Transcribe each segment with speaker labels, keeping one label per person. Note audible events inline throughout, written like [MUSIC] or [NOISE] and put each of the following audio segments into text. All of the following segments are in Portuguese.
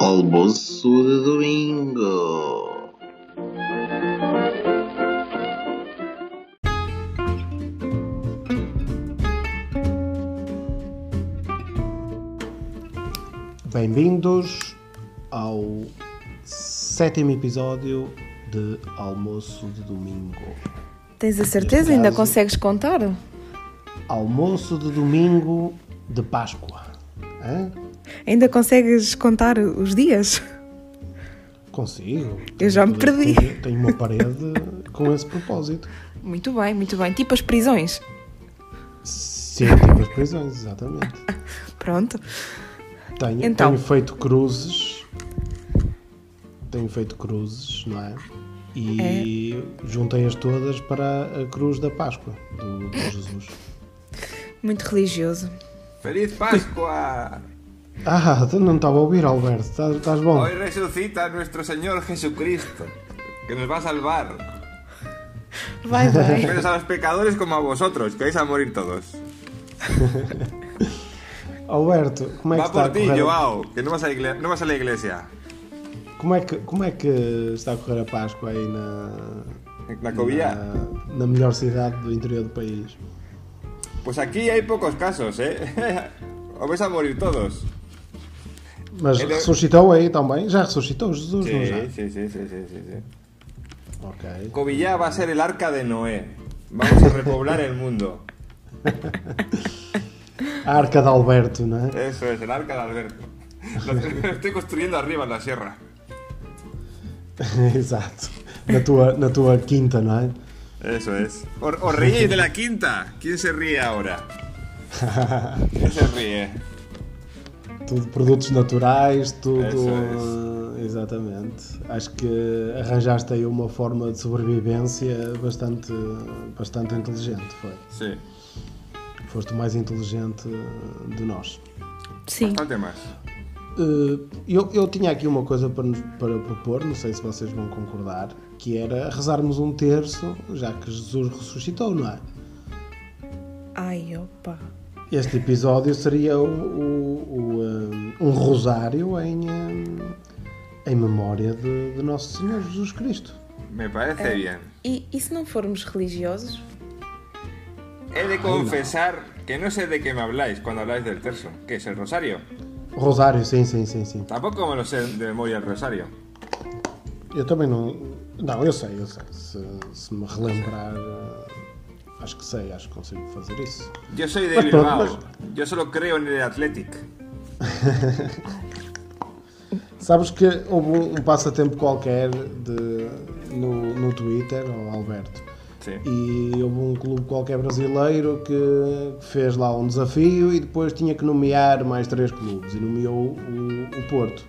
Speaker 1: almoço de domingo.
Speaker 2: Bem-vindos ao sétimo episódio de Almoço de Domingo.
Speaker 3: Tens a certeza? Ainda
Speaker 2: caso-
Speaker 3: consegues contar?
Speaker 2: Almoço de Domingo de Páscoa. Hã?
Speaker 3: Ainda consegues contar os dias?
Speaker 2: Consigo.
Speaker 3: Eu já me
Speaker 2: Tenho tudo-
Speaker 3: perdi.
Speaker 2: Tenho, tenho uma parede com esse propósito.
Speaker 3: Muito bem, muito bem. Tipo as prisões.
Speaker 2: Sim, tipo as prisões, exatamente.
Speaker 3: Pronto.
Speaker 2: Tenho,
Speaker 3: Então.
Speaker 2: tenho feito cruzes. Tenho feito cruzes, não é? E juntei-as todas para a cruz da Páscoa do, do Jesus.
Speaker 3: Muito religioso.
Speaker 4: ¡Feliz Pascua!
Speaker 2: Ah, tu não estava a ouvir, Alberto. Estás, estás bom?
Speaker 4: Hoy resucita nuestro Señor Jesucristo, que nos va a salvar.
Speaker 3: Vai, [LAUGHS] vai.
Speaker 4: Menos a los pecadores como a vosotros, que vais a morir todos.
Speaker 2: Alberto, como é que
Speaker 4: Va
Speaker 2: está a
Speaker 4: por ti,
Speaker 2: correr?
Speaker 4: Joao, que no vas, a igle- no vas a la iglesia.
Speaker 2: Como é que como é que está a correr a Páscoa aí na
Speaker 4: En la cobilla.
Speaker 2: na, na melhor cidade do interior do país?
Speaker 4: Pues aquí hay pocos casos, ¿eh? [LAUGHS] Os vais a morir todos.
Speaker 2: Mas
Speaker 4: Ele-
Speaker 2: ressuscitou aí também? Já ressuscitou Jesus, não já?
Speaker 4: Sí, sí, sí, sí, sí, sí, sí.
Speaker 2: Ok.
Speaker 4: Covillá va a ser el arca de Noé. Vamos a repoblar el mundo.
Speaker 2: A Arca de Alberto, não é? [LAUGHS]
Speaker 4: Eso es, el arca de Alberto. Lo estoy construyendo arriba en la sierra.
Speaker 2: Exato. Na tua, na tua quinta, não é?
Speaker 4: Eso es. Os, os reíais de la quinta. ¿Quién se ríe [LAUGHS] ahora? ¿Quién se ríe?
Speaker 2: Tudo produtos naturais,
Speaker 4: Isso,
Speaker 2: tudo. Exatamente. Acho que arranjaste aí uma forma de sobrevivência bastante, bastante inteligente, foi.
Speaker 4: Sí.
Speaker 2: Foste o mais inteligente de nós.
Speaker 3: Sim.
Speaker 4: Bastante más.
Speaker 2: Uh, Eu, eu tinha aqui uma coisa para, nos- para propor, não sei se vocês vão concordar, que era rezarmos um terço, já que Jesus ressuscitou, não é?
Speaker 3: Ai, opa.
Speaker 2: Este episódio seria o, o- o, um, um rosário em, um, em memória de, de Nosso Senhor Jesus Cristo.
Speaker 4: Me parece bien.
Speaker 3: E, e se não formos religiosos?
Speaker 4: He de confesar que no sé de qué me habláis cuando habláis del terzo. ¿Qué es el rosario?
Speaker 2: Rosário, sim, sim, sim, sim.
Speaker 4: Tampoco me lo sé de memoria el rosario.
Speaker 2: Eu também não. Não, eu sei, eu sei. Se, se me relembrar, uh, acho que sei, acho que consigo fazer isso.
Speaker 4: Yo soy [LAUGHS] de
Speaker 2: Pues por-
Speaker 4: Bilbao. Yo solo creo en el Athletic.
Speaker 2: Sabes que houve um um passatempo qualquer de- no, no Twitter, ou Alberto,
Speaker 4: Sí.
Speaker 2: e houve um clube qualquer brasileiro que fez lá um desafio e depois tinha que nomear mais três clubes e nomeou o, o Porto.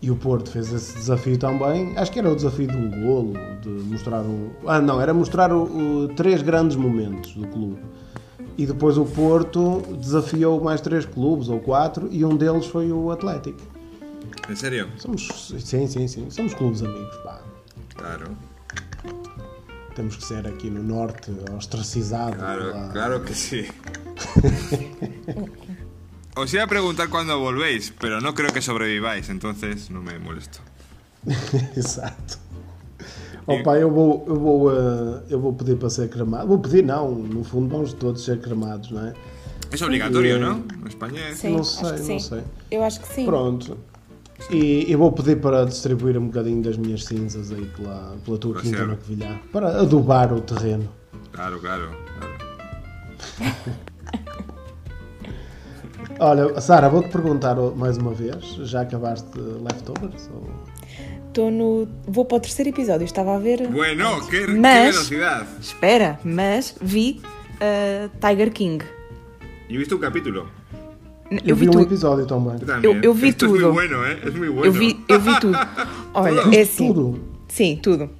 Speaker 2: E o Porto fez esse desafio também, acho que era o desafio de um golo, de mostrar um. Ah, não, era mostrar o, o- três grandes momentos do clube. E depois o Porto desafiou mais três clubes ou quatro e um deles foi o Atlético.
Speaker 4: ¿En serio?
Speaker 2: Somos, sim, sim, sim. Somos clubes amigos, pá.
Speaker 4: Claro.
Speaker 2: Temos que ser aqui no Norte, ostracizado.
Speaker 4: Claro,
Speaker 2: pela-
Speaker 4: claro que sí. [LAUGHS] Os iba a preguntar cuándo volvéis, pero no creo que sobreviváis, entonces no me molesto.
Speaker 2: [LAUGHS] Exato. Opa, eu vou, eu, vou, eh, eu vou pedir para ser cremado. Vou pedir, não. No fundo, vamos todos ser cremados, não é?
Speaker 4: Es
Speaker 3: Eh,
Speaker 4: obligatorio, ¿no? En España es...
Speaker 3: Sim,
Speaker 2: Não
Speaker 3: acho que
Speaker 2: sei,
Speaker 3: sim.
Speaker 2: não sei.
Speaker 3: Eu acho que sim.
Speaker 2: Pronto. E eu vou pedir para distribuir um bocadinho das minhas cinzas aí pela, pela tua quinta
Speaker 4: Marcelo.
Speaker 2: na Covilhã. Para adubar o terreno.
Speaker 4: Claro, claro, claro.
Speaker 2: Olha, Sara, vou-te perguntar o- mais uma vez. Já acabaste leftovers? Ou...
Speaker 3: Tô no... Vou para o terceiro episódio. Estava a ver...
Speaker 4: Bueno, qué, qué
Speaker 3: Mas-
Speaker 4: velocidad.
Speaker 3: Espera, mas vi ah, Tiger King.
Speaker 4: Yo he visto un capítulo.
Speaker 3: N-
Speaker 2: Eu, vi,
Speaker 3: tu-
Speaker 2: um episódio também.
Speaker 4: Yo también.
Speaker 3: yo vi
Speaker 4: Esto Es
Speaker 3: todo.
Speaker 4: muy bueno, ¿eh? Es muy bueno.
Speaker 3: Eu vi, eu
Speaker 2: [LAUGHS]
Speaker 3: vi tudo. Olha, é assim...
Speaker 2: Tudo.
Speaker 3: Sim, tudo.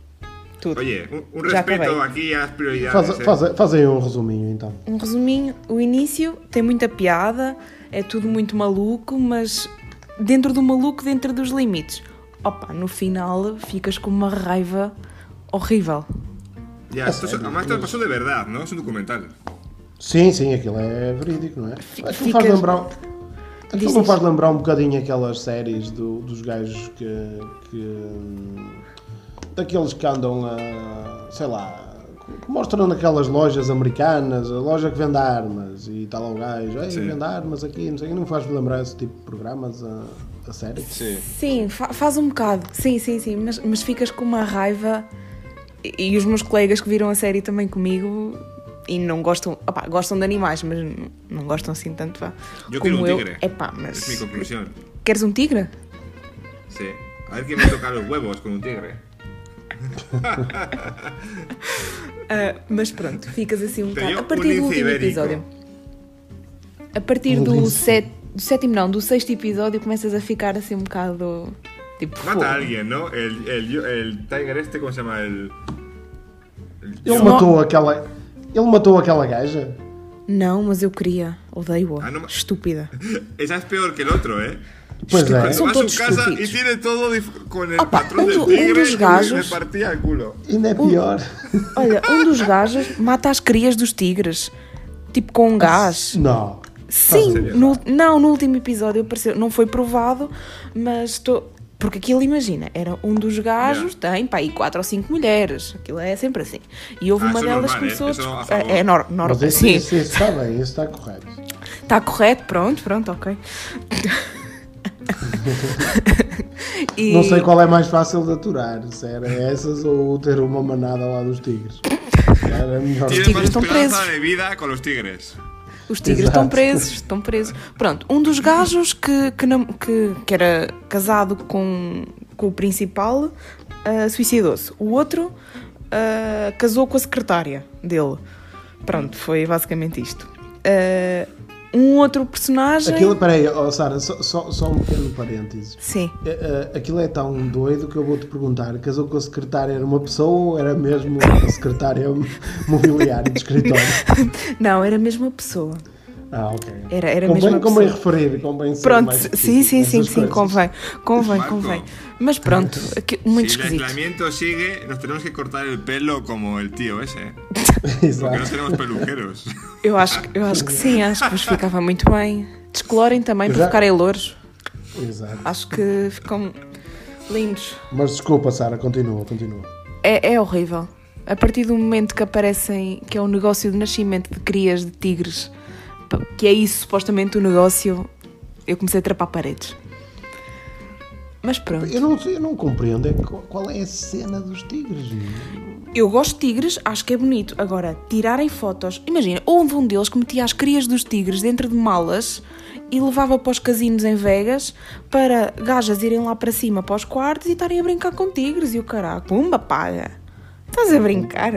Speaker 3: Tudo.
Speaker 4: [LAUGHS] Oye, un, un
Speaker 3: Ya
Speaker 4: respeto
Speaker 3: acabé.
Speaker 4: aquí a las prioridades.
Speaker 2: Faz,
Speaker 4: ¿eh?
Speaker 2: faz, faz aí um resuminho então.
Speaker 3: Um resuminho, o início tem muita piada, é tudo muito maluco, mas dentro do maluco, dentro dos limites. Opa, no final ficas com uma raiva horrível.
Speaker 4: Ya, esto es- además esto pasó de verdad, ¿no? Es un documental.
Speaker 2: Sim, sim, aquilo é verídico, não é? Acho que me faz
Speaker 3: ficas-
Speaker 2: lembrar.
Speaker 3: Diz,
Speaker 2: Só me faz
Speaker 3: diz.
Speaker 2: lembrar um bocadinho aquelas séries do- dos gajos que, que, hum, daqueles que andam a. sei lá. que mostram naquelas lojas americanas, a loja que vende armas e tal ao gajo, Ei,
Speaker 4: Sim.
Speaker 2: vende armas aqui, não sei o quê", não me faz lembrar esse tipo de programas a, a série.
Speaker 4: Sí.
Speaker 3: Sim, fa- faz um bocado. Sim, sim, sim, mas, mas ficas com uma raiva. E, e os meus colegas que viram a série também comigo e não gostam, opá, gostam de animais, mas n- não gostam assim tanto. Vá. Como
Speaker 4: Eu quero um
Speaker 3: eu.
Speaker 4: tigre.
Speaker 3: Epá,
Speaker 4: Es mi
Speaker 3: mas.
Speaker 4: conclusión.
Speaker 3: Queres um tigre?
Speaker 4: Sí. A ver quién me toca los huevos con un tigre.
Speaker 3: Ah, mas pronto, ficas assim um
Speaker 4: Tenho
Speaker 3: bocado. A
Speaker 4: um
Speaker 3: partir do
Speaker 4: lince
Speaker 3: último
Speaker 4: ibérico.
Speaker 3: episódio. A partir
Speaker 2: Um
Speaker 3: do,
Speaker 2: lince.
Speaker 3: set, do sétimo, não, do sexto episódio, começas a ficar assim um bocado. Tipo, fogo.
Speaker 4: Mata a alguien, ¿no? El, el, el Tiger este, ¿cómo se llama? El. el-
Speaker 2: Ele
Speaker 3: Não.
Speaker 2: matou aquela. Ele matou aquela gaja.
Speaker 3: Não, mas eu queria. Odeio-a.
Speaker 4: Ah, não-
Speaker 3: Estúpida.
Speaker 4: Esa es peor que el otro, ¿eh?
Speaker 2: Pois é.
Speaker 3: São
Speaker 4: Va a
Speaker 3: todos
Speaker 4: su casa y
Speaker 3: estúpidos.
Speaker 4: tiene todo dif- con el
Speaker 3: Opa,
Speaker 4: patrón
Speaker 3: un
Speaker 4: del
Speaker 3: do- un
Speaker 4: tigre
Speaker 3: dos
Speaker 4: que
Speaker 3: gallos.
Speaker 4: me partía el culo.
Speaker 2: Ainda é
Speaker 3: [LAUGHS]
Speaker 2: pior.
Speaker 3: Olha, um dos gajos mata as crias dos tigres. Tipo, com gás.
Speaker 2: Não.
Speaker 3: Sim,
Speaker 4: sério?
Speaker 3: no- não, no último episódio apareceu. Não foi provado, mas estou. Porque aquilo, imagina, era um dos gajos, tem pá, aí quatro ou cinco mulheres. Aquilo é sempre assim. E houve
Speaker 4: Ah,
Speaker 3: uma
Speaker 4: isso é
Speaker 3: delas
Speaker 4: normal,
Speaker 3: que começou
Speaker 4: é?
Speaker 3: a.
Speaker 4: Isso não há
Speaker 3: discu-
Speaker 4: favor.
Speaker 3: É, é nor- normal.
Speaker 2: Mas isso,
Speaker 3: Sim,
Speaker 2: isso- é isso está bem, isso está correto.
Speaker 3: Está correto, pronto,
Speaker 2: [LAUGHS]
Speaker 3: pronto, ok. [LAUGHS] E-
Speaker 2: Não sei qual é mais fácil de aturar, se era essas ou ter uma manada lá dos tigres. Era melhor.
Speaker 4: Tiene
Speaker 3: tigres
Speaker 4: más
Speaker 3: están
Speaker 4: esperanza
Speaker 3: presos.
Speaker 4: de vida con los tigres.
Speaker 3: Os tigres
Speaker 2: Exato.
Speaker 3: estão presos, estão presos. Pronto, um dos gajos que, que, nam- que, que era casado com, com o principal ah, suicidou-se. O outro ah, casou com a secretária dele. Pronto, foi basicamente isto. Ah, um outro personagem.
Speaker 2: Aquilo, peraí, oh, Sara, só, só- só um pequeno parênteses.
Speaker 3: Sim. [LAUGHS]
Speaker 2: É, é, Aquilo é tão doido que eu vou-te perguntar: casou com a secretária era uma pessoa ou era mesmo a secretária [LAUGHS] mobiliária de escritório?
Speaker 3: Não, era a mesma pessoa.
Speaker 2: Ah, ok.
Speaker 3: Era- era a
Speaker 2: convém,
Speaker 3: mesma
Speaker 2: convém
Speaker 3: pessoa.
Speaker 2: referir, convém ser
Speaker 3: Pronto,
Speaker 2: mais
Speaker 3: sim, sim,
Speaker 2: específico
Speaker 3: sim,
Speaker 2: nessas
Speaker 3: sim,
Speaker 2: coisas.
Speaker 3: convém, convém,
Speaker 4: Marco.
Speaker 3: convém. Mas pronto, aqui- muito
Speaker 4: si el
Speaker 3: esquisito.
Speaker 4: aislamiento sigue, nos tenemos que cortar el pelo como el tío ese. Porque no
Speaker 2: [LAUGHS] Exato.
Speaker 4: tenemos peluqueros.
Speaker 3: Eu acho, que- eu acho que sim, acho que vos ficava muito bem. Descolorem também
Speaker 2: Eu
Speaker 3: para
Speaker 2: já-
Speaker 3: ficarem louros.
Speaker 2: Exato.
Speaker 3: Acho que ficam lindos.
Speaker 2: Mas desculpa, Sara, continua, continua.
Speaker 3: É, é horrível. A partir do momento que aparecem, que é o negócio de nascimento de crias de tigres, pa- que é isso supostamente o negócio, eu comecei a trapar paredes. Mas pronto.
Speaker 2: Eu não, sei- eu não compreendo é qual- qual é a cena dos tigres.
Speaker 3: Eu gosto de tigres, acho que é bonito. Agora, tirarem fotos. Imagina, houve um deles que metia as crias dos tigres dentro de malas e levava para os casinos em Vegas para gajas irem lá para cima para os quartos e estarem a brincar com tigres. E o caraca, pumba, palha. Estás a brincar?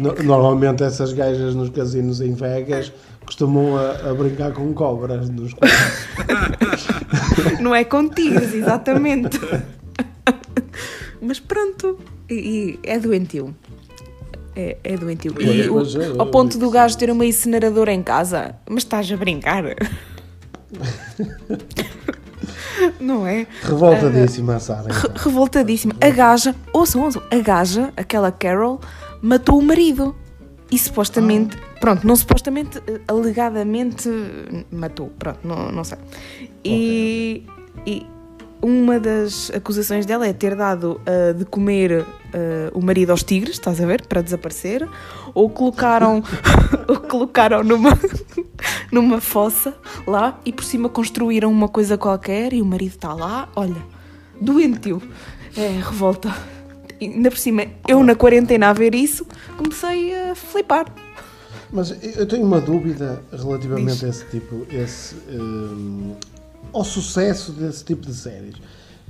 Speaker 2: No- Normalmente essas gajas nos casinos em Vegas costumam a, a brincar com cobras nos quartos.
Speaker 3: Não é com tigres, exatamente. Mas pronto. E, e é doentio. É, é doentio. E
Speaker 2: Pois,
Speaker 3: o-
Speaker 2: mas é-
Speaker 3: ao ponto do gajo ter uma incineradora em casa. Mas estás
Speaker 2: [LAUGHS]
Speaker 3: a brincar? Não é?
Speaker 2: Revoltadíssima, Sara.
Speaker 3: Re- Revoltadíssima. A gaja, ouçam, ouçam, a gaja, aquela Carol, matou o marido. E supostamente, pronto, não supostamente, eh, alegadamente eh, matou, pronto, não, não sei. E, e uma das acusações dela é ter dado eh, de comer eh, o marido aos tigres, estás a ver, para desaparecer, ou colocaram, [LAUGHS] ou colocaram numa, [LAUGHS] numa fossa lá e por cima construíram uma coisa qualquer e o marido está lá, olha, doentio. É, revolta. E ainda por cima, eu na quarentena a ver isso, comecei a flipar.
Speaker 2: Mas eu tenho uma dúvida relativamente
Speaker 3: Diz.
Speaker 2: a esse tipo, esse, hum, ao sucesso desse tipo de séries.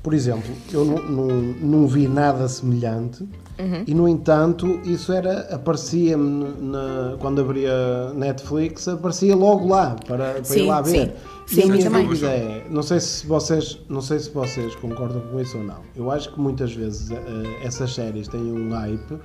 Speaker 2: Por exemplo, eu não, não, não vi nada semelhante
Speaker 3: Uhum.
Speaker 2: e, no entanto, isso era aparecia-me na- quando abria Netflix, aparecia logo lá para, para
Speaker 3: Sim,
Speaker 2: ir lá
Speaker 3: sim.
Speaker 2: ver.
Speaker 3: Sim,
Speaker 2: e a minha
Speaker 3: também.
Speaker 2: dúvida é, não sei se vocês, não sei se vocês concordam com isso ou não. Eu acho que muitas vezes eh, essas séries têm um hype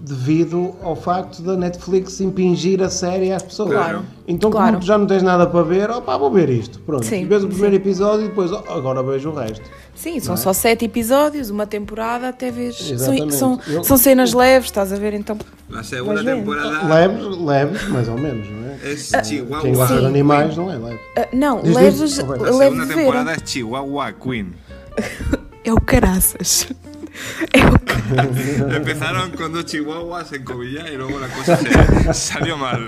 Speaker 2: devido ao facto da Netflix impingir a série às pessoas.
Speaker 4: Claro.
Speaker 2: Então
Speaker 3: Claro.
Speaker 2: como tu já não tens nada para ver, opá, vou ver isto. Pronto.
Speaker 3: Sim,
Speaker 2: e vês o
Speaker 3: sim.
Speaker 2: primeiro episódio e depois, ó, agora vejo o resto.
Speaker 3: Sim, são só sete episódios, uma temporada, até vês. São,
Speaker 2: é? Exatamente.
Speaker 3: são,
Speaker 2: Eu-
Speaker 3: são cenas leves, estás a ver? Então,
Speaker 4: La segunda
Speaker 3: Pues bien.
Speaker 4: temporada.
Speaker 2: Leves, leves, mais ou menos, não é?
Speaker 4: Es
Speaker 2: Quem
Speaker 4: Chihuahua.
Speaker 2: gosta de
Speaker 3: Sim.
Speaker 2: animais não é leve.
Speaker 3: Ah, não,
Speaker 2: Diz, diz.
Speaker 3: leves,
Speaker 2: Oh, bem.
Speaker 4: La segunda
Speaker 3: leve de ver.
Speaker 4: temporada es Chihuahua Queen.
Speaker 3: É o caraças. É o
Speaker 2: [LAUGHS]
Speaker 3: caraças.
Speaker 4: Empezaron con dos chihuahuas en Covilla y luego la cosa se salió mal.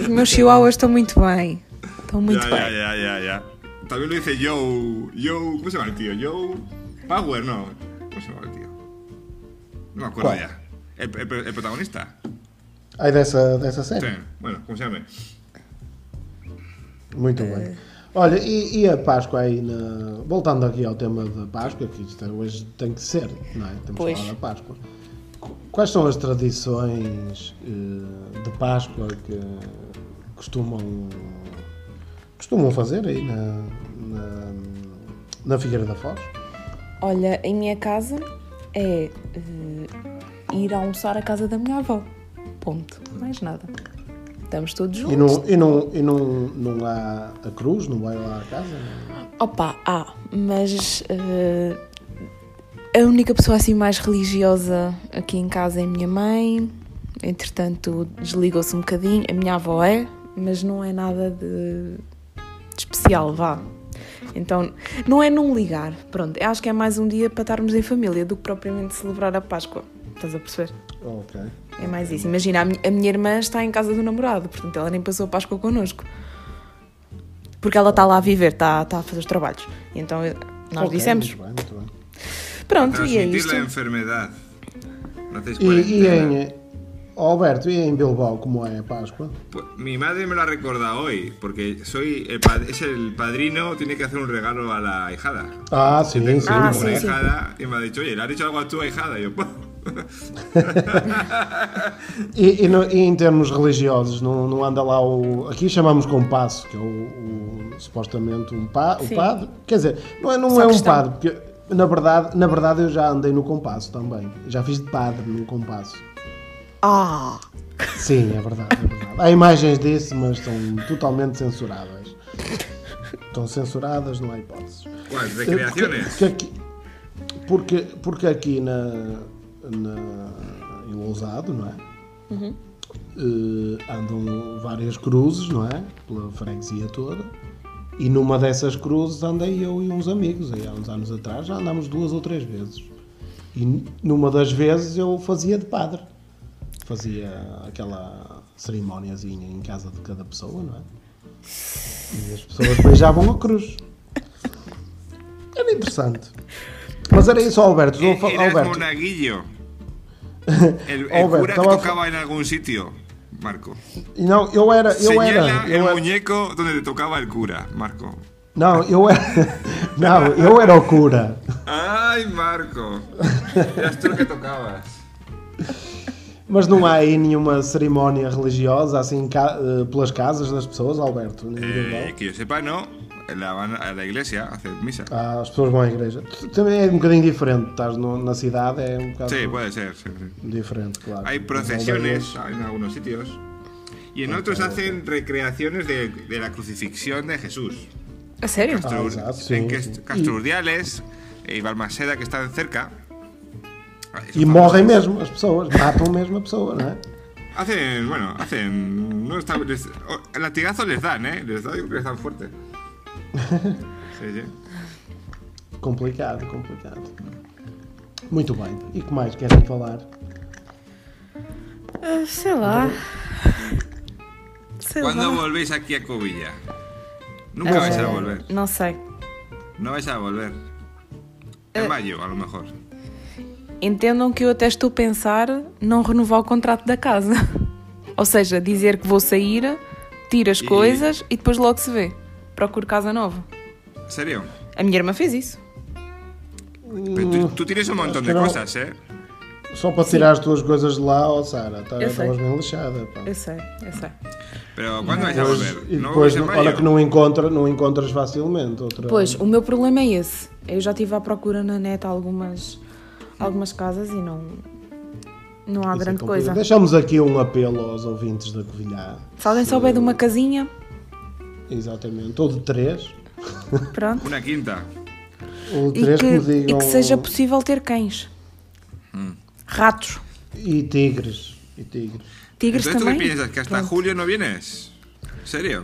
Speaker 3: Os meus chihuahuas estão muito bem. Estão muito
Speaker 4: ya,
Speaker 3: bem.
Speaker 4: ya, ya, ya, ya. También lo dice Joe. Joe. ¿Cómo se llama el tío? Joe. Power, no. ¿Cómo se llama el tío? No me acuerdo
Speaker 2: ¿Cuál?
Speaker 4: ya. El, el- el protagonista.
Speaker 2: Ai, dessa, dessa
Speaker 4: Sí.
Speaker 2: série.
Speaker 4: Bueno, ¿cómo se llama?
Speaker 2: Muito
Speaker 3: É.
Speaker 2: bem. Olha, e, e a Páscoa aí na. Voltando aqui ao tema da Páscoa, que isto é- hoje tem que ser, não é? Temos
Speaker 3: Pois.
Speaker 2: que falar da Páscoa. Qu- Quais são as tradições eh, de Páscoa que costumam, costumam fazer aí na, na, na Figueira da Foz?
Speaker 3: Olha, em minha casa é eh, ir almoçar à casa da minha avó. Ponto. Mais nada. Estamos todos
Speaker 2: E,
Speaker 3: juntos.
Speaker 2: não, e, não, e não, não há a cruz, não vai lá à casa?
Speaker 3: Opa, ah, mas eh, a única pessoa assim mais religiosa aqui em casa é a minha mãe. Entretanto, desligou-se um bocadinho. A minha avó é, mas não é nada de, de especial, vá. Então, não é não ligar. Pronto, eu acho que é mais um dia para estarmos em família do que propriamente celebrar a Páscoa. Estás a perceber?
Speaker 2: Ok.
Speaker 3: É mais isso. Imagina, a mi- a minha irmã está em casa do namorado, portanto ela nem passou a Páscoa connosco. Porque ela está lá a viver, está, está a fazer os trabalhos. E então eu- nós
Speaker 2: Ok,
Speaker 3: dissemos,
Speaker 2: Muito bem, muito bem.
Speaker 3: pronto, e é
Speaker 4: Transmitir
Speaker 3: isto.
Speaker 4: la enfermedad. No hacéis
Speaker 2: E, e
Speaker 4: cuarentena.
Speaker 2: em. oh, Alberto, e em Bilbao, como é a Páscoa?
Speaker 4: Pues, Mi madre me lo ha recordado hoy, porque soy el pa- es el padrino, tiene que hacer un regalo a la ahijada.
Speaker 2: Ah, sim, sim.
Speaker 3: Ah,
Speaker 4: Tengo
Speaker 3: sí,
Speaker 4: una
Speaker 3: sí.
Speaker 4: ahijada y me ha dicho, oye, ¿le has dicho algo a tu ahijada? Y yo,
Speaker 3: [LAUGHS]
Speaker 4: "Pues,
Speaker 2: E, e no- e em termos religiosos, não, não anda lá o. Aqui chamamos compasso, que é o, o- supostamente um pa, o
Speaker 3: Sim.
Speaker 2: padre. Quer dizer, não é, não é um
Speaker 3: Sacristão.
Speaker 2: padre, porque na verdade, na verdade eu já andei no compasso também. Já fiz de padre no compasso.
Speaker 3: Ah,
Speaker 2: Sim, é verdade, é verdade. Há imagens disso, mas são totalmente censuradas. Estão censuradas, não há hipóteses.
Speaker 4: ¿Cuáles?
Speaker 2: Eh, Porque,
Speaker 4: ¿Recreaciones?
Speaker 2: porque aqui, porque, porque aqui na, na, em Lousado, não é? Eh, andam várias cruzes, não é? Pela freguesia toda. E numa dessas cruzes andei eu e uns amigos, aí há uns anos atrás, já andámos duas ou três vezes. E n- numa das vezes eu fazia de padre. Fazia aquela cerimóniazinha em casa de cada pessoa, não é? E as pessoas beijavam a cruz. Era interessante. Mas era isso, Alberto. Eu
Speaker 4: E-
Speaker 2: fa-
Speaker 4: Eras
Speaker 2: Alberto.
Speaker 4: monaguillo. El, el
Speaker 2: Albert,
Speaker 4: cura que
Speaker 2: estaba-
Speaker 4: tocaba en algún sitio, Marco.
Speaker 2: Não, eu era. Eu
Speaker 4: Señala
Speaker 2: era,
Speaker 4: el
Speaker 2: eu era
Speaker 4: muñeco donde te tocaba el cura,
Speaker 3: [LAUGHS]
Speaker 4: Marco.
Speaker 2: não, eu era. [LAUGHS] Não, eu era o cura.
Speaker 4: ¡Ay, Marco! Eras tú el que tocabas.
Speaker 2: Mas não há aí nenhuma cerimónia religiosa assim ca- eh, pelas casas das pessoas, Alberto? Em
Speaker 4: Eh,
Speaker 2: Bilbao?
Speaker 4: que yo sepa, no. La van a la iglesia a hacer misa.
Speaker 2: Ah, as pessoas vão à igreja. Tu- Também é um bocadinho diferente. Estás no- na cidade, é um bocado
Speaker 4: Sí, puede ser. sí, sí.
Speaker 2: diferente, claro.
Speaker 4: Hay
Speaker 2: Nas aldeias-
Speaker 4: procesiones en algunos sitios. Y
Speaker 2: Ah,
Speaker 4: en otros hacen recreaciones de, de la crucifixión de Jesús.
Speaker 3: a sério?
Speaker 2: Ah,
Speaker 4: Castur-
Speaker 2: exato, sim,
Speaker 4: en
Speaker 2: sim.
Speaker 4: Cast- Casturdiales eh, y Balmaseda, que están cerca. Ah,
Speaker 2: E morrem mesmo as pessoas, matam mesmo a pessoa, não é?
Speaker 4: Hacen, bueno, hacen. No está, les- o- el latigazo les dan, ¿eh? Les dan, yo creo que les
Speaker 2: [LAUGHS]
Speaker 4: dan fuerte. Sí, sí.
Speaker 2: Complicado, complicado. Muito bem. E que mais querem falar?
Speaker 3: Ah, sei lá. Sei
Speaker 4: ¿Cuándo
Speaker 3: lá.
Speaker 4: volvéis aquí a Covilla? Nunca vais a
Speaker 3: Ah,
Speaker 4: volver.
Speaker 3: Não sei.
Speaker 4: No vais a volver.
Speaker 2: Eh.
Speaker 4: En mayo, a lo mejor.
Speaker 3: Entendam que eu até estou a pensar não renovar o contrato da casa. [LAUGHS] Ou seja, dizer que vou sair, tiro as
Speaker 4: E-
Speaker 3: coisas e depois logo se vê. Procuro casa nova.
Speaker 4: ¿En serio?
Speaker 3: A minha irmã fez isso.
Speaker 4: Pero tú, tú tienes un montón de
Speaker 2: Uh. pero-
Speaker 4: cosas, ¿eh?
Speaker 2: Só para tirar as tuas coisas de lá, ó Sara, tá-
Speaker 3: Eu
Speaker 2: estavas
Speaker 3: sei.
Speaker 2: bem lixada. Pá.
Speaker 3: Eu sei, eu sei.
Speaker 4: Pero ¿cuándo vais a volver?
Speaker 2: E
Speaker 4: ¿No
Speaker 2: depois,
Speaker 4: volvéis en
Speaker 2: olha que
Speaker 4: mayo?
Speaker 2: não, encontra, não encontras facilmente outra.
Speaker 3: Pois, o meu problema é esse. Eu já estive à procura na net algumas, algumas casas e não, não há
Speaker 2: Isso é
Speaker 3: grande
Speaker 2: complicado.
Speaker 3: coisa.
Speaker 2: Deixamos aqui um apelo aos ouvintes da Covilhã.
Speaker 3: Se alguém souber de uma casinha,
Speaker 2: Exatamente. Ou de três.
Speaker 3: pronto.
Speaker 4: Una quinta.
Speaker 2: Ou de
Speaker 3: E
Speaker 2: três
Speaker 3: que,
Speaker 2: que, me
Speaker 3: e
Speaker 2: digam.
Speaker 4: Hum.
Speaker 3: que seja possível ter cães. Ratos.
Speaker 2: E tigres. E Tigres.
Speaker 3: Tigres
Speaker 4: Entonces, ¿tú qué
Speaker 3: também?
Speaker 4: piensas? ¿Que hasta
Speaker 2: Pues-
Speaker 3: Pronto.
Speaker 4: julio no vienes? ¿En serio?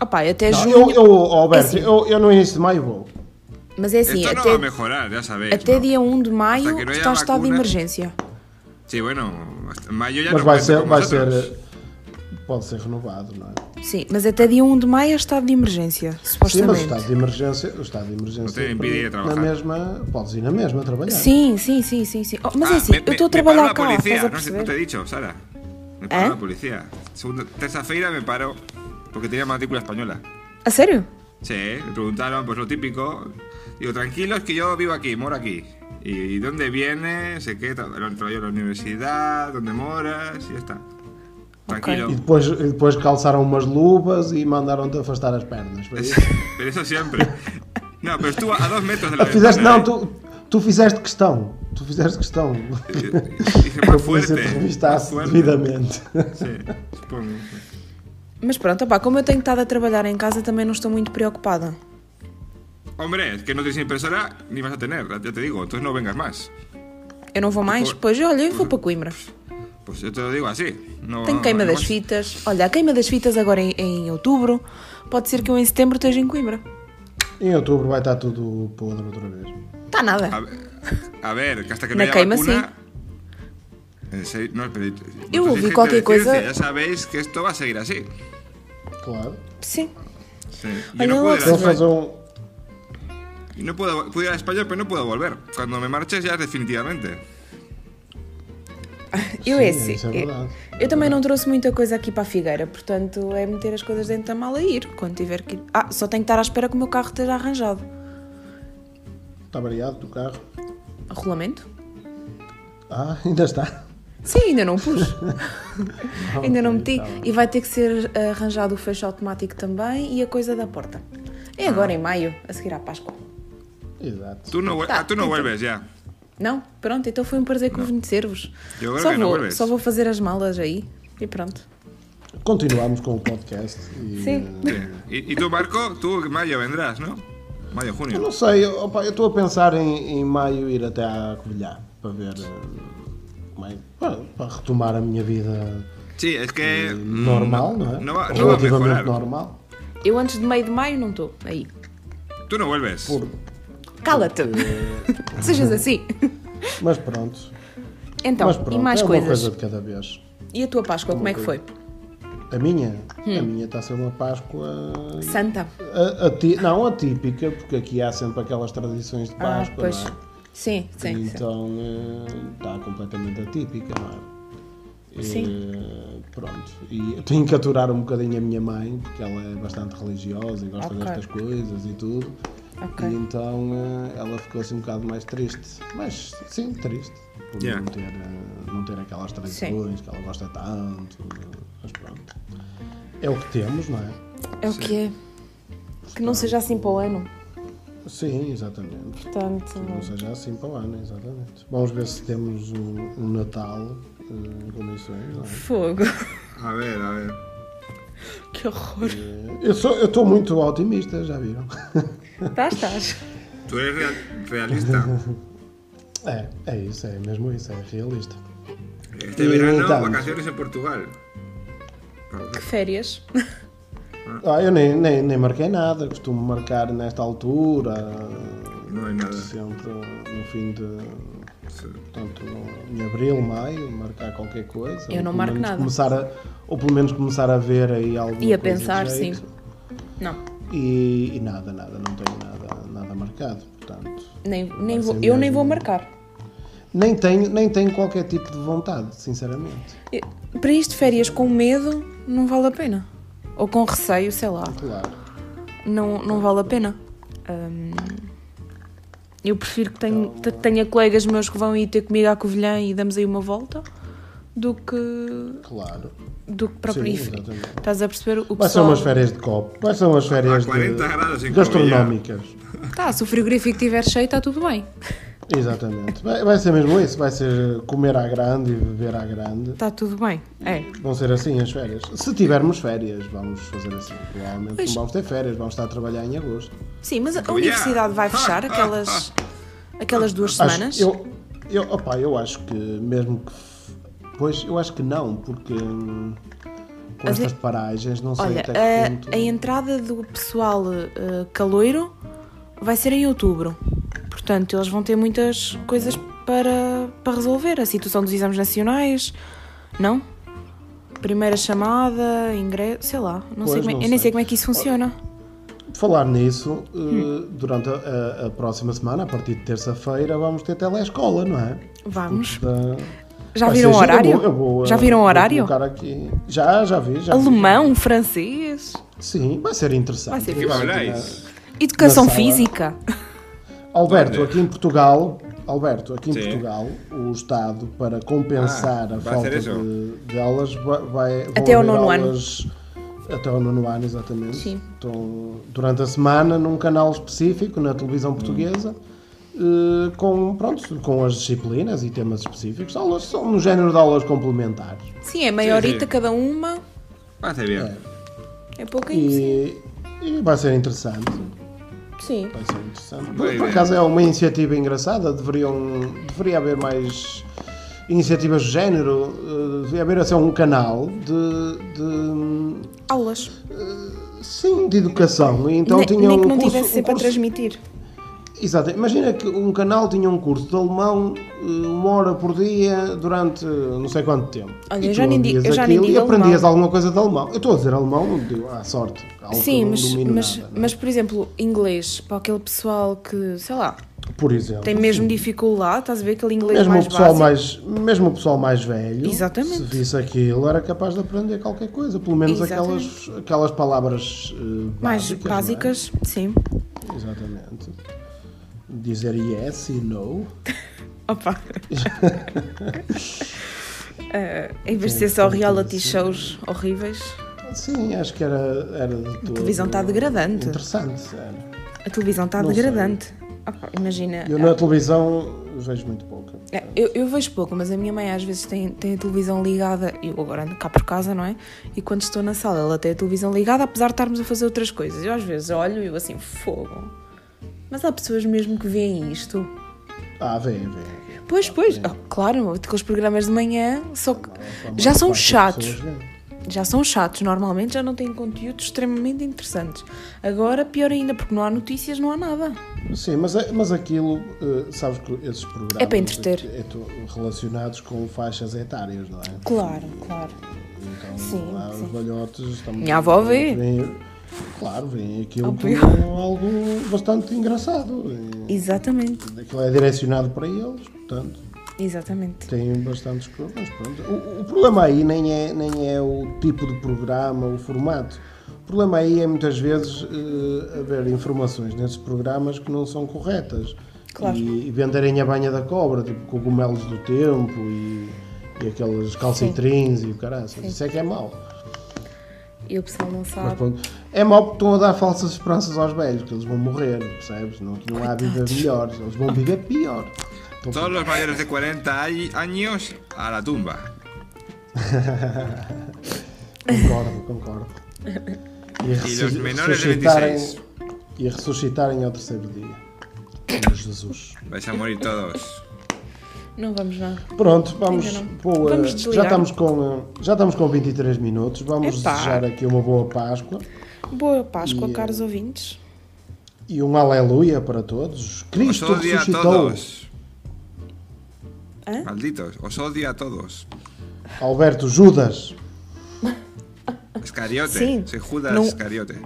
Speaker 3: Opa, eu até
Speaker 2: Não,
Speaker 3: É
Speaker 2: eu,
Speaker 3: junho.
Speaker 2: eu, oh, Alberto,
Speaker 3: assim.
Speaker 2: eu, eu no início de maio vou.
Speaker 3: Mas é assim,
Speaker 2: eh,
Speaker 4: Esto no
Speaker 3: até,
Speaker 4: va a mejorar, ya sabéis.
Speaker 3: até
Speaker 4: ¿no?
Speaker 3: dia 1 de maio
Speaker 4: que não haya
Speaker 3: estás estado de
Speaker 4: vacuna.
Speaker 3: emergência.
Speaker 4: Sí, bueno, hasta- en mayo ya
Speaker 2: Mas
Speaker 4: no
Speaker 2: vai Pues
Speaker 4: cuento
Speaker 2: ser,
Speaker 4: con
Speaker 2: vai ser. eh.
Speaker 4: vosotros.
Speaker 2: Pode ser renovado, não é?
Speaker 3: Sim, mas até dia 1 de maio é estado de emergência,
Speaker 2: Sim, mas o
Speaker 3: supostamente.
Speaker 2: estado de emergência. O estado de emergência.
Speaker 4: Não tem impedido de trabalhar.
Speaker 2: Na mesma. Podes ir na mesma trabalhar.
Speaker 3: Sim, sim, sim, sim, sim. Oh, mas é
Speaker 4: Ah,
Speaker 3: assim,
Speaker 4: me-
Speaker 3: eu
Speaker 4: me-
Speaker 3: estou a
Speaker 4: me paró
Speaker 3: trabalhar
Speaker 4: la
Speaker 3: cá,
Speaker 4: policía,
Speaker 3: estás a
Speaker 4: no sé, no te he
Speaker 3: perceber?
Speaker 4: dicho, Sara. Me paró
Speaker 3: ¿Eh?
Speaker 4: la policía. Segunda, tercera feira me paró porque tenía matrícula española.
Speaker 3: A sério?
Speaker 4: Sí, me preguntaron, pues lo típico. Digo, tranquilos que yo vivo aquí, moro aquí. ¿Y, y dónde vienes? Sé qué, tra- tra- trabajo en la universidad, dónde moras y ya está. Tranquilo.
Speaker 2: E depois, e depois calçaram umas luvas e mandaram-te afastar as pernas. foi isso?
Speaker 4: Pero eso siempre. No, pero estuvo a dos metros de
Speaker 2: [LAUGHS]
Speaker 4: la
Speaker 2: Ah, fizeste,
Speaker 4: ventana,
Speaker 2: não,
Speaker 4: ¿eh?
Speaker 2: tu, tu fizeste questão. Tu fizeste questão. [LAUGHS]
Speaker 4: Dije,
Speaker 2: Para
Speaker 4: más
Speaker 2: poder
Speaker 4: fuerte.
Speaker 2: ser
Speaker 4: más
Speaker 2: revistasse
Speaker 4: fuerte.
Speaker 2: devidamente.
Speaker 4: Sí, supongo.
Speaker 3: Mas pronto, opá, como eu tenho estado a trabalhar em casa, também não estou muito preocupada.
Speaker 4: Hombre, es que no tienes impresora ni vas a tener, ya te digo, entonces no vengas más.
Speaker 3: Eu não vou
Speaker 4: Tipo,
Speaker 3: mais? Pois, olha, eu
Speaker 4: hum.
Speaker 3: vou para Coimbra.
Speaker 4: Pues yo te lo digo así. No,
Speaker 3: Tenho queima
Speaker 4: no
Speaker 3: das
Speaker 4: vas-
Speaker 3: fitas. Olha, a queima das fitas agora em, em outubro. Pode ser que eu em setembro esteja em Coimbra.
Speaker 2: Em outubro vai estar tudo podre outra vez.
Speaker 3: Está Tá
Speaker 4: A
Speaker 3: nada.
Speaker 4: ver, a ver, que hasta que no
Speaker 3: Me
Speaker 4: haya
Speaker 3: caíme,
Speaker 4: vacuna... En serio, no, pero- pues
Speaker 3: Yo
Speaker 4: vosotros
Speaker 3: vi
Speaker 4: gente
Speaker 3: cualquier
Speaker 4: de ciencia,
Speaker 3: cosa-
Speaker 4: Ya sabéis que esto va a seguir así.
Speaker 2: Claro.
Speaker 3: Sim.
Speaker 4: Sí. Yo
Speaker 3: Oye,
Speaker 4: no
Speaker 3: no,
Speaker 4: puedo, ir
Speaker 2: Vou
Speaker 3: Vamos
Speaker 4: a España,
Speaker 2: fazer um.
Speaker 4: no puedo, puedo ir a España, pero no puedo volver. Cuando me marches ya definitivamente.
Speaker 3: Eu
Speaker 2: Sim,
Speaker 3: é assim.
Speaker 2: isso é
Speaker 3: eu,
Speaker 2: verdade.
Speaker 3: eu também não trouxe muita coisa aqui para a Figueira, portanto é meter as coisas dentro da mala e ir. Quando tiver que ir. Ah, só tenho que estar à espera que o meu carro esteja arranjado.
Speaker 2: Está variado do carro.
Speaker 3: Rolamento?
Speaker 2: Ah, ainda está.
Speaker 3: Sim, ainda não pus. ainda não meti.
Speaker 2: tá bem.
Speaker 3: e vai ter que ser eh, arranjado o fecho automático também e a coisa da porta. É agora
Speaker 2: Ah.
Speaker 3: em maio, a seguir à Páscoa.
Speaker 2: Exato.
Speaker 4: Tú no, vuel-
Speaker 3: Tá,
Speaker 4: ah, tú no
Speaker 3: entonces-
Speaker 4: vuelves ya.
Speaker 3: Não? Pronto, então foi um prazer conhecer-vos.
Speaker 4: Eu agora
Speaker 3: Só,
Speaker 4: que não
Speaker 3: vou-
Speaker 4: vou ver.
Speaker 3: só vou fazer as malas aí e pronto.
Speaker 2: Continuamos com o podcast. E...
Speaker 3: Sim.
Speaker 4: Sí. ¿Y, y tú, Marco? Tú en mayo vendrás, ¿no? Mayo,
Speaker 2: Eu
Speaker 4: junio.
Speaker 2: eh, não sei, eu- opa, eu estou a pensar em, em maio ir até à Covilhã para ver. eh, como é- Para, para retomar a minha vida
Speaker 4: Sí, es que... mm,
Speaker 2: normal, não é?
Speaker 4: No va, no va a
Speaker 2: Relativamente
Speaker 4: mejorar.
Speaker 2: normal.
Speaker 3: Eu antes de meio de maio não estou aí.
Speaker 4: Tú no vuelves.
Speaker 2: Por-
Speaker 3: Cala-te!
Speaker 2: eh,
Speaker 3: [LAUGHS] Sejas assim.
Speaker 2: Mas pronto.
Speaker 3: Então,
Speaker 2: mas pronto,
Speaker 3: e mais
Speaker 2: é uma
Speaker 3: coisas?
Speaker 2: coisa de cada vez.
Speaker 3: E a tua Páscoa, como é que foi?
Speaker 2: A minha?
Speaker 3: Hum.
Speaker 2: A minha está a ser uma Páscoa.
Speaker 3: Santa?
Speaker 2: a- ati- não, atípica, porque aqui há sempre aquelas tradições de
Speaker 3: Ah,
Speaker 2: Páscoa.
Speaker 3: pois.
Speaker 2: não é?
Speaker 3: Sim, sim, sim.
Speaker 2: então eh, está completamente atípica, não é? Eh,
Speaker 3: Sim.
Speaker 2: Pronto. E eu tenho que aturar um bocadinho a minha mãe, porque ela é bastante religiosa e gosta
Speaker 3: Ok.
Speaker 2: destas coisas e tudo.
Speaker 3: Ok.
Speaker 2: E então eh, ela ficou assim um bocado mais triste. Mas sim, triste. Por
Speaker 4: Yeah.
Speaker 2: não, ter, eh, não ter aquelas tradições que ela gosta tanto. Mas pronto. É o que temos, não é?
Speaker 3: É o que é. Que não seja assim para o ano.
Speaker 2: Sim, exatamente.
Speaker 3: Portanto,
Speaker 2: Não seja assim para o ano, exatamente. Vamos ver se temos um, um Natal eh, em condições. Não é?
Speaker 3: fogo. [LAUGHS]
Speaker 4: A ver, a ver.
Speaker 3: Que horror.
Speaker 2: é? Eu sou- eu estou muito otimista, já viram? [LAUGHS]
Speaker 3: Estás, Tá, estás.
Speaker 4: Tú eres real- realista.
Speaker 2: É, é isso, é mesmo isso, é realista.
Speaker 4: Este
Speaker 2: Y
Speaker 4: verano,
Speaker 2: tanto.
Speaker 4: vacaciones en Portugal.
Speaker 3: Que férias.
Speaker 2: Ah, eu nem, nem, nem marquei nada, costumo marcar nesta altura,
Speaker 4: No hay nada.
Speaker 2: sempre no fim de. Portanto, em abril, maio, marcar qualquer coisa.
Speaker 3: Eu
Speaker 2: ou
Speaker 3: não
Speaker 2: pelo
Speaker 3: marco
Speaker 2: menos
Speaker 3: nada.
Speaker 2: Começar a, ou pelo menos começar a ver aí alguma
Speaker 3: E
Speaker 2: coisa
Speaker 3: a
Speaker 2: de
Speaker 3: pensar, sim.
Speaker 2: jeito.
Speaker 3: Não.
Speaker 2: E, e nada, nada, não tenho nada, nada marcado, portanto.
Speaker 3: Nem, nem
Speaker 2: Vai
Speaker 3: vou,
Speaker 2: ser
Speaker 3: eu nem vou
Speaker 2: mesmo.
Speaker 3: marcar.
Speaker 2: Nem tenho, nem tenho qualquer tipo de vontade, sinceramente.
Speaker 3: Eu- Para isto, férias com medo não vale a pena. Ou com receio, sei lá.
Speaker 2: Claro.
Speaker 3: Não, não vale a pena. Hum, eu prefiro que tenha,
Speaker 2: Então,
Speaker 3: que tenha colegas meus que vão ir ter comigo à Covilhã e damos aí uma volta do que,
Speaker 2: Claro.
Speaker 3: do que
Speaker 2: Sim,
Speaker 3: próprio if-
Speaker 2: exatamente.
Speaker 3: Estás a perceber? O
Speaker 2: Quais são
Speaker 3: pessoal
Speaker 2: umas férias de copo? Quais são as férias
Speaker 4: A 40
Speaker 2: de-
Speaker 4: Ah, graus em
Speaker 2: gastronómicas?
Speaker 3: Tá, se o frigorífico estiver cheio, está tudo bem.
Speaker 2: Exatamente. Vai, vai ser mesmo isso, vai ser comer à grande e beber à grande.
Speaker 3: Está tudo bem. É.
Speaker 2: Vão ser assim as férias. Se tivermos férias, vamos fazer assim. Provavelmente
Speaker 3: Pois.
Speaker 2: não vamos ter férias, vamos estar a trabalhar em agosto.
Speaker 3: Sim, mas a
Speaker 4: Covilhã.
Speaker 3: universidade vai fechar aquelas, aquelas duas
Speaker 2: Acho-
Speaker 3: semanas.
Speaker 2: eu, eu, opa, eu acho que mesmo que f- Pois eu acho que não, porque hum, com
Speaker 3: Mas
Speaker 2: estas
Speaker 3: é-
Speaker 2: paragens não sei
Speaker 3: Olha, eh,
Speaker 2: até
Speaker 3: a,
Speaker 2: é que ponto.
Speaker 3: a entrada do pessoal eh, caloiro vai ser em outubro. Portanto, eles vão ter muitas coisas para, para resolver. A situação dos exames nacionais, não? Primeira chamada, ingresso, sei lá. Não sei
Speaker 2: Pois,
Speaker 3: como é-
Speaker 2: não
Speaker 3: eu nem
Speaker 2: sei.
Speaker 3: sei como é que isso funciona.
Speaker 2: Por Falar nisso, eh,
Speaker 3: Hum.
Speaker 2: durante a, a- a próxima semana, a partir de terça-feira, vamos ter telescola, não é?
Speaker 3: Vamos.
Speaker 2: Da-
Speaker 3: Já
Speaker 2: Vai
Speaker 3: viram o
Speaker 2: ser giro, eu
Speaker 3: horário?
Speaker 2: vou- eu vou, eh,
Speaker 3: Já viram o
Speaker 2: vou
Speaker 3: horário?
Speaker 2: colocar aqui. Já, já vi. Já vi.
Speaker 3: Alemão, francês,
Speaker 2: Sim, vai ser interessante.
Speaker 3: Vai ser
Speaker 4: ¿Qué me habláis?
Speaker 3: educação
Speaker 2: Na sala.
Speaker 3: física.
Speaker 2: Alberto,
Speaker 4: Olha.
Speaker 2: aqui em Portugal, Alberto, aqui em
Speaker 4: Sim.
Speaker 2: Portugal, o Estado, para compensar
Speaker 4: Ah,
Speaker 2: a
Speaker 4: vai
Speaker 2: falta
Speaker 4: ser isso.
Speaker 2: de, de aulas, vai, vai vão
Speaker 3: Até ao
Speaker 2: haver
Speaker 3: nono ano.
Speaker 2: aulas até ao nono ano, exatamente.
Speaker 3: Sim.
Speaker 2: Então, durante a semana, num canal específico, na televisão portuguesa, eh, com, pronto, com as disciplinas e temas específicos. Aulas são no género de aulas complementares.
Speaker 3: Sim, é meia
Speaker 4: Sim, sim.
Speaker 3: horita cada uma.
Speaker 4: Hace bien.
Speaker 3: É pouquinho, sim.
Speaker 2: E, e vai ser interessante.
Speaker 3: Sim.
Speaker 2: Vai ser interessante.
Speaker 4: Boa
Speaker 2: Por, por
Speaker 4: ideia.
Speaker 2: acaso é uma iniciativa engraçada, deveriam, deveria haver mais iniciativas do género, eh, deveria haver assim, um canal de, de-
Speaker 3: Aulas.
Speaker 2: sim, de educação. E então
Speaker 3: Ne-
Speaker 2: tinha
Speaker 3: nem
Speaker 2: um
Speaker 3: que não
Speaker 2: curso,
Speaker 3: tivesse
Speaker 2: um
Speaker 3: sempre a
Speaker 2: curso-
Speaker 3: transmitir.
Speaker 2: Exato. Imagina que um canal tinha um curso de alemão eh, uma hora por dia durante eh, não sei quanto tempo.
Speaker 3: Olha,
Speaker 2: E
Speaker 3: eu
Speaker 2: tu
Speaker 3: já nem di-
Speaker 2: ouvias
Speaker 3: eu já
Speaker 2: aquilo
Speaker 3: nem
Speaker 2: e
Speaker 3: digo
Speaker 2: aprendias
Speaker 3: alemão.
Speaker 2: alguma coisa de alemão. Eu estou a dizer alemão, digo, à sorte. algo que eu
Speaker 3: Sim,
Speaker 2: não
Speaker 3: mas,
Speaker 2: domino
Speaker 3: mas,
Speaker 2: nada, não é?
Speaker 3: mas, por exemplo, inglês, para aquele pessoal que, sei lá,
Speaker 2: por exemplo,
Speaker 3: tem mesmo
Speaker 2: sim.
Speaker 3: dificuldade, estás a ver aquele inglês
Speaker 2: Mesmo o,
Speaker 3: mais
Speaker 2: pessoal
Speaker 3: básico.
Speaker 2: mais, mesmo o pessoal mais velho,
Speaker 3: Exatamente.
Speaker 2: se visse aquilo, era capaz de aprender qualquer coisa. Pelo menos aquelas,
Speaker 3: Exatamente.
Speaker 2: aquelas palavras eh,
Speaker 3: mais
Speaker 2: básicas.
Speaker 3: básicas, sim.
Speaker 2: não é? Exatamente. Dizer yes e no. [LAUGHS]
Speaker 3: Opa. Eh, em vez de ser
Speaker 2: é
Speaker 3: só reality shows horríveis,
Speaker 2: Sim, acho que era, era de todo
Speaker 3: televisão está degradante.
Speaker 2: Interessante. era.
Speaker 3: a televisão está
Speaker 2: Não sei.
Speaker 3: degradante. Opa, imagina.
Speaker 2: Eu na televisão vejo muito pouco.
Speaker 3: É, Eu, eu vejo pouco, mas a minha mãe às vezes tem, tem a televisão ligada, eu agora ando cá por casa, não é? E quando estou na sala, ela tem a televisão ligada, apesar de estarmos a fazer outras coisas. Eu às vezes olho e eu assim, fogo. Mas há pessoas mesmo que veem isto.
Speaker 2: Ah, vê, vê.
Speaker 3: Pois, pois, ah, claro, aqueles programas de manhã, só que
Speaker 2: A
Speaker 3: já
Speaker 2: maior parte
Speaker 3: são
Speaker 2: das
Speaker 3: chatos.
Speaker 2: pessoas vê.
Speaker 3: Já são chatos, normalmente já não têm conteúdos extremamente interessantes. Agora, pior ainda, porque não há notícias, não há nada.
Speaker 2: Sim, mas, é- mas aquilo, eh, sabes que esses programas
Speaker 3: É para entreter.
Speaker 2: é- é- relacionados com faixas etárias, não é?
Speaker 3: Claro, claro.
Speaker 2: Então,
Speaker 3: Sim,
Speaker 2: lá
Speaker 3: sim.
Speaker 2: os velhotes estão
Speaker 3: Minha avó vê.
Speaker 2: Vem, claro, vem aquilo
Speaker 3: Óbvio.
Speaker 2: como algo bastante engraçado. E
Speaker 3: Exatamente,
Speaker 2: Aquilo é direcionado para eles, portanto,
Speaker 3: exatamente.
Speaker 2: têm bastantes problemas. Pronto. O, o problema aí nem é, nem é o tipo de programa, o formato. O problema aí é muitas vezes eh, haver informações nesses programas que não são corretas.
Speaker 3: Claro.
Speaker 2: E, e venderem a banha da cobra, tipo cogumelos do tempo e, e aquelas calcitrins e o caraças. Isso é que é mau.
Speaker 3: E o pessoal não sabe.
Speaker 2: Mas pronto, é mau porque estão a dar falsas esperanças aos velhos, que eles vão morrer, percebes? Não, não há vida melhor, eles vão viver pior. Então,
Speaker 4: Todos los mayores de 40 ay- años a la tumba.
Speaker 2: concordo, concordo. E,
Speaker 4: os
Speaker 2: ressu-
Speaker 4: menores de
Speaker 2: ressuscitarem-
Speaker 4: 26.
Speaker 2: E ressuscitarem ao terceiro dia. Senhor Jesus.
Speaker 4: Vais a morir todos.
Speaker 3: Não vamos nada.
Speaker 2: Pronto, vamos.
Speaker 3: Ainda não.
Speaker 2: boa-
Speaker 3: Vamos
Speaker 2: já,
Speaker 3: desligar.
Speaker 2: estamos com, eh, já estamos com 23 minutos. Vamos
Speaker 3: Epá.
Speaker 2: desejar aqui uma boa Páscoa
Speaker 3: Boa Páscoa,
Speaker 2: E, eh,
Speaker 3: caros ouvintes.
Speaker 2: e um aleluia para todos.
Speaker 4: Os
Speaker 2: Cristo
Speaker 4: odio a
Speaker 2: ressuscitou.
Speaker 4: todos.
Speaker 3: ¿Eh?
Speaker 4: Malditos, os odio a todos.
Speaker 2: Alberto Judas.
Speaker 4: Escariote,
Speaker 3: Sí.
Speaker 4: soy Judas
Speaker 3: No.
Speaker 4: Escariote.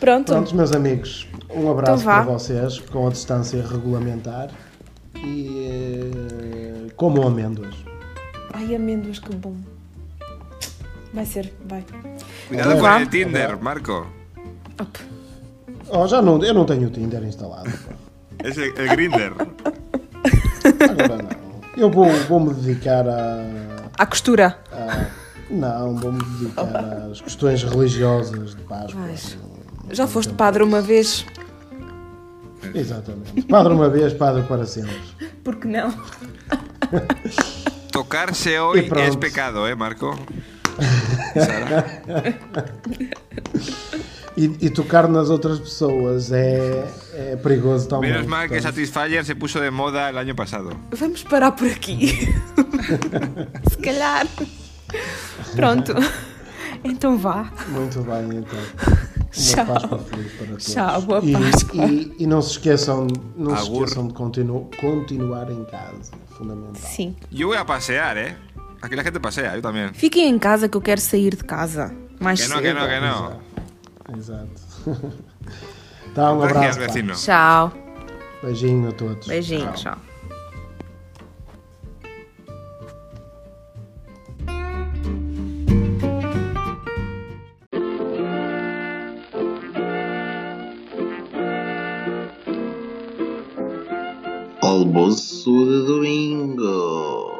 Speaker 3: Pronto,
Speaker 2: Prontos, meus amigos, um abraço
Speaker 3: Então vá.
Speaker 2: para vocês com a distância regulamentar e eh, comam amêndoas.
Speaker 3: ai amêndoas, que bom. Vai ser, vai.
Speaker 4: Cuidado
Speaker 2: Hola.
Speaker 4: con
Speaker 3: Hola.
Speaker 4: el Tinder, Marco.
Speaker 3: Op.
Speaker 2: Oh, já não, eu não tenho o Tinder instalado.
Speaker 4: Es el, el Grinder.
Speaker 2: Agora não. Eu vou, vou-me dedicar a,
Speaker 3: À costura.
Speaker 2: a- Não, vou-me dedicar às questões religiosas de Páscoa.
Speaker 3: Vais. Já foste padre uma vez?
Speaker 2: Exatamente. Padre uma vez, padre para sempre.
Speaker 3: Porque não?
Speaker 4: Tocarse hoy
Speaker 2: pronto.
Speaker 4: es pecado, ¿eh, Marco? Sara.
Speaker 2: E, e tocar nas outras pessoas é, É perigoso também.
Speaker 4: Menos mal que
Speaker 2: portanto.
Speaker 4: Satisfyer se puso de moda el año pasado.
Speaker 3: Vamos parar por
Speaker 2: [LAUGHS]
Speaker 3: aqui. Se calhar. Pronto. Então vá.
Speaker 2: Muito bem,
Speaker 3: [LAUGHS]
Speaker 2: então. Uma
Speaker 3: Tchau.
Speaker 2: Páscoa feliz para todos.
Speaker 3: Tchau, boa
Speaker 2: e,
Speaker 3: Páscoa.
Speaker 2: E, e não se esqueçam, não se
Speaker 4: Agur.
Speaker 2: esqueçam de continu- continuar em casa, fundamental.
Speaker 3: Sim.
Speaker 4: Yo voy a pasear, ¿eh? Aquí la gente pasea, yo también.
Speaker 3: Fiquem em casa que eu quero sair de casa. Mais
Speaker 4: Que no,
Speaker 3: cedo.
Speaker 4: que no, que no.
Speaker 2: Exato. [LAUGHS] Então, um
Speaker 4: Gracias,
Speaker 2: abraço. pá.
Speaker 4: vecino.
Speaker 3: Tchau.
Speaker 2: Beijinho a todos.
Speaker 3: Beijinho, tchau.
Speaker 1: Almoço de domingo.